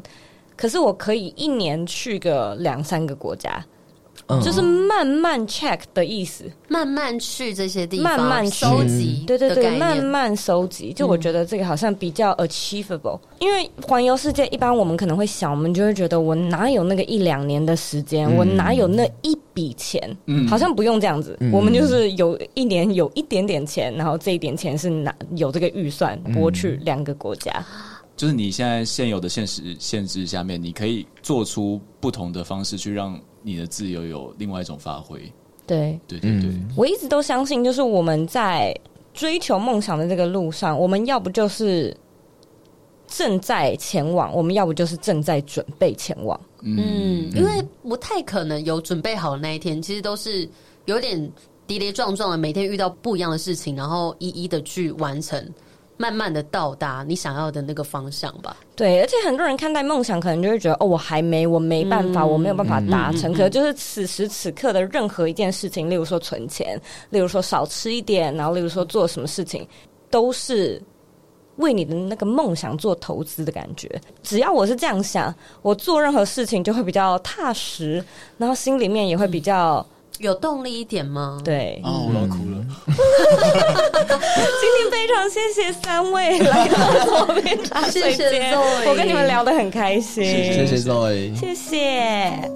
可是我可以一年去个两三个国家，
嗯，
就是慢慢 check 的意思。
慢慢去这些地方，
慢慢去嗯
收集
对
的
对
概
对，
念，
慢慢收集。就我觉得这个好像比较 achievable，、因为环游世界一般我们可能会想，我们就会觉得我哪有那个一两年的时间，我哪有那一笔钱，好像不用这样子。我们就是有一年有一点点钱，然后这一点钱是拿有这个预算拨去两个国家。
就是你现在现有的现实限制下面，你可以做出不同的方式去让你的自由有另外一种发挥。
对
对对对，
我一直都相信，就是我们在追求梦想的这个路上，我们要不就是。正在前往，我们要不就是正在准备前往。
嗯，因为不太可能有准备好的那一天，其实都是有点跌跌撞撞的，每天遇到不一样的事情，然后一一的去完成，慢慢的到达你想要的那个方向吧。
对，而且很多人看待梦想，可能就会觉得哦，我还没，我没办法，我没有办法
嗯
达成。可能就是此时此刻的任何一件事情，例如说存钱，例如说少吃一点，然后例如说做什么事情，都是为你的那个梦想做投资的感觉。只要我是这样想，我做任何事情就会比较踏实，然后心里面也会比较
有动力一点
嗯
吗？
对。
啊，我要哭了。
今天非常谢谢三位来到左边茶水
谢谢
间，
Zoe
我跟你们聊得很开心，
谢谢 Zoe。
谢谢。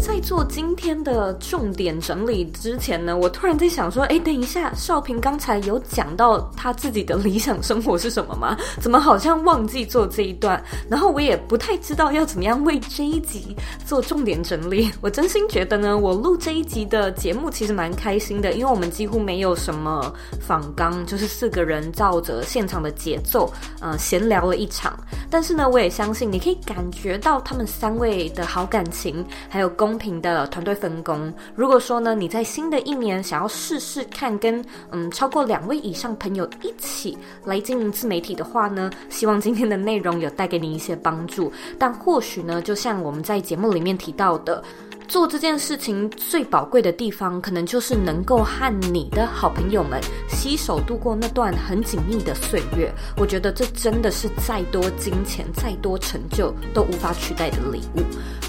在做今天的重点整理之前呢，我突然在想说，哎，等一下，少平刚才有讲到他自己的理想生活是什么吗？怎么好像忘记做这一段？然后我也不太知道要怎么样为这一集做重点整理。我真心觉得呢，我录这一集的节目其实蛮开心的，因为我们几乎没有什么仿纲，就是四个人照着现场的节奏，呃，闲聊了一场。但是呢，我也相信你可以感觉到他们三位的好感情，还有公平的团队分工。如果说呢，你在新的一年想要试试看跟嗯超过两位以上朋友一起来经营自媒体的话呢，希望今天的内容有带给你一些帮助。但或许呢，就像我们在节目里面提到的，做这件事情最宝贵的地方，可能就是能够和你的好朋友们携手度过那段很紧密的岁月。我觉得这真的是再多金钱、再多成就都无法取代的礼物。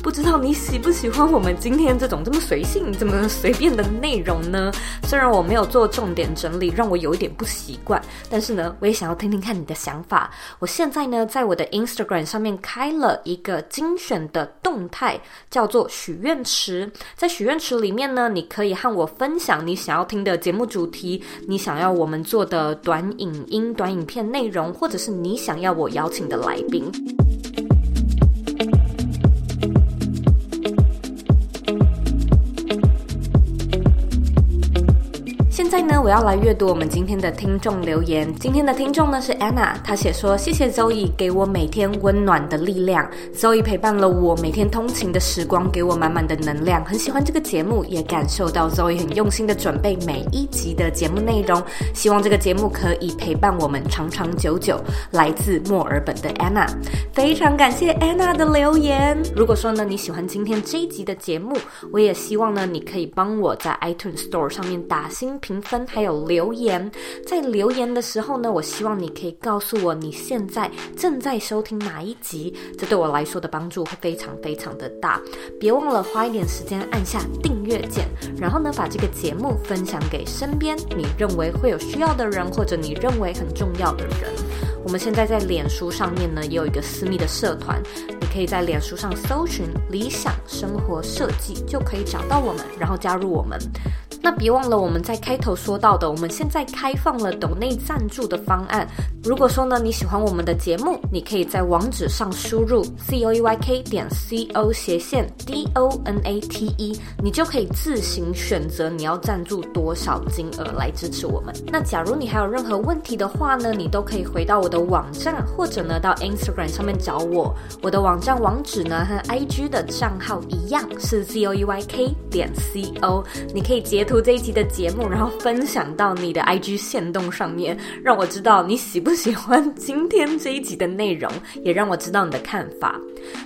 不知道你喜不喜欢我们今天这种这么随性、这么随便的内容呢？虽然我没有做重点整理，让我有一点不习惯，但是呢，我也想要听听看你的想法。我现在呢，在我的 Instagram 上面开了一个精选的动态，叫做许愿池。在许愿池里面呢，你可以和我分享你想要听的节目主题，你想要我们做的短影音、短影片内容，或者是你想要我邀请的来宾。现在呢，我要来阅读我们今天的听众留言。今天的听众呢是 Anna，她写说：“谢谢 Zoe 给我每天温暖的力量，Zoe 陪伴了我每天通勤的时光，给我满满的能量。很喜欢这个节目，也感受到 Zoe 很用心的准备每一集的节目内容。希望这个节目可以陪伴我们长长久久。”来自墨尔本的 Anna，非常感谢 Anna 的留言。如果说呢你喜欢今天这一集的节目，我也希望呢你可以帮我在 iTunes Store 上面打新评。评分还有留言。在留言的时候呢，我希望你可以告诉我你现在正在收听哪一集，这对我来说的帮助会非常非常的大。别忘了花一点时间按下订阅键，然后呢，把这个节目分享给身边你认为会有需要的人，或者你认为很重要的人。我们现在在脸书上面呢，也有一个私密的社团，你可以在脸书上搜寻“理想生活设计”，就可以找到我们，然后加入我们。那别忘了我们在开头说到的，我们现在开放了抖内赞助的方案。如果说呢你喜欢我们的节目，你可以在网址上输入 c o e y k 点 c o 斜线 d o n a t e，你就可以自行选择你要赞助多少金额来支持我们。那假如你还有任何问题的话呢，你都可以回到我的网站，或者呢到 Instagram 上面找我。我的网站网址呢和 IG 的账号一样是 z o e y k 点 c o，你可以截图这一集的节目，然后分享到你的 IG 线动上面，让我知道你喜不喜欢今天这一集的内容，也让我知道你的看法。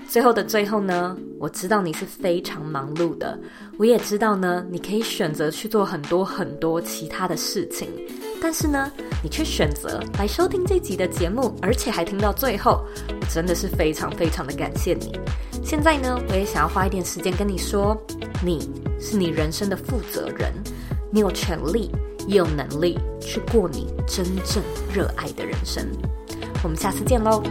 最后的最后呢，我知道你是非常忙碌的，我也知道呢，你可以选择去做很多很多其他的事情，但是呢，你却选择来收听这集的节目，而且还听到最后，我真的是非常非常的感谢你。现在呢，我也想要花一点时间跟你说，你是你人生的负责人，你有权利也有能力去过你真正热爱的人生。我们下次见喽。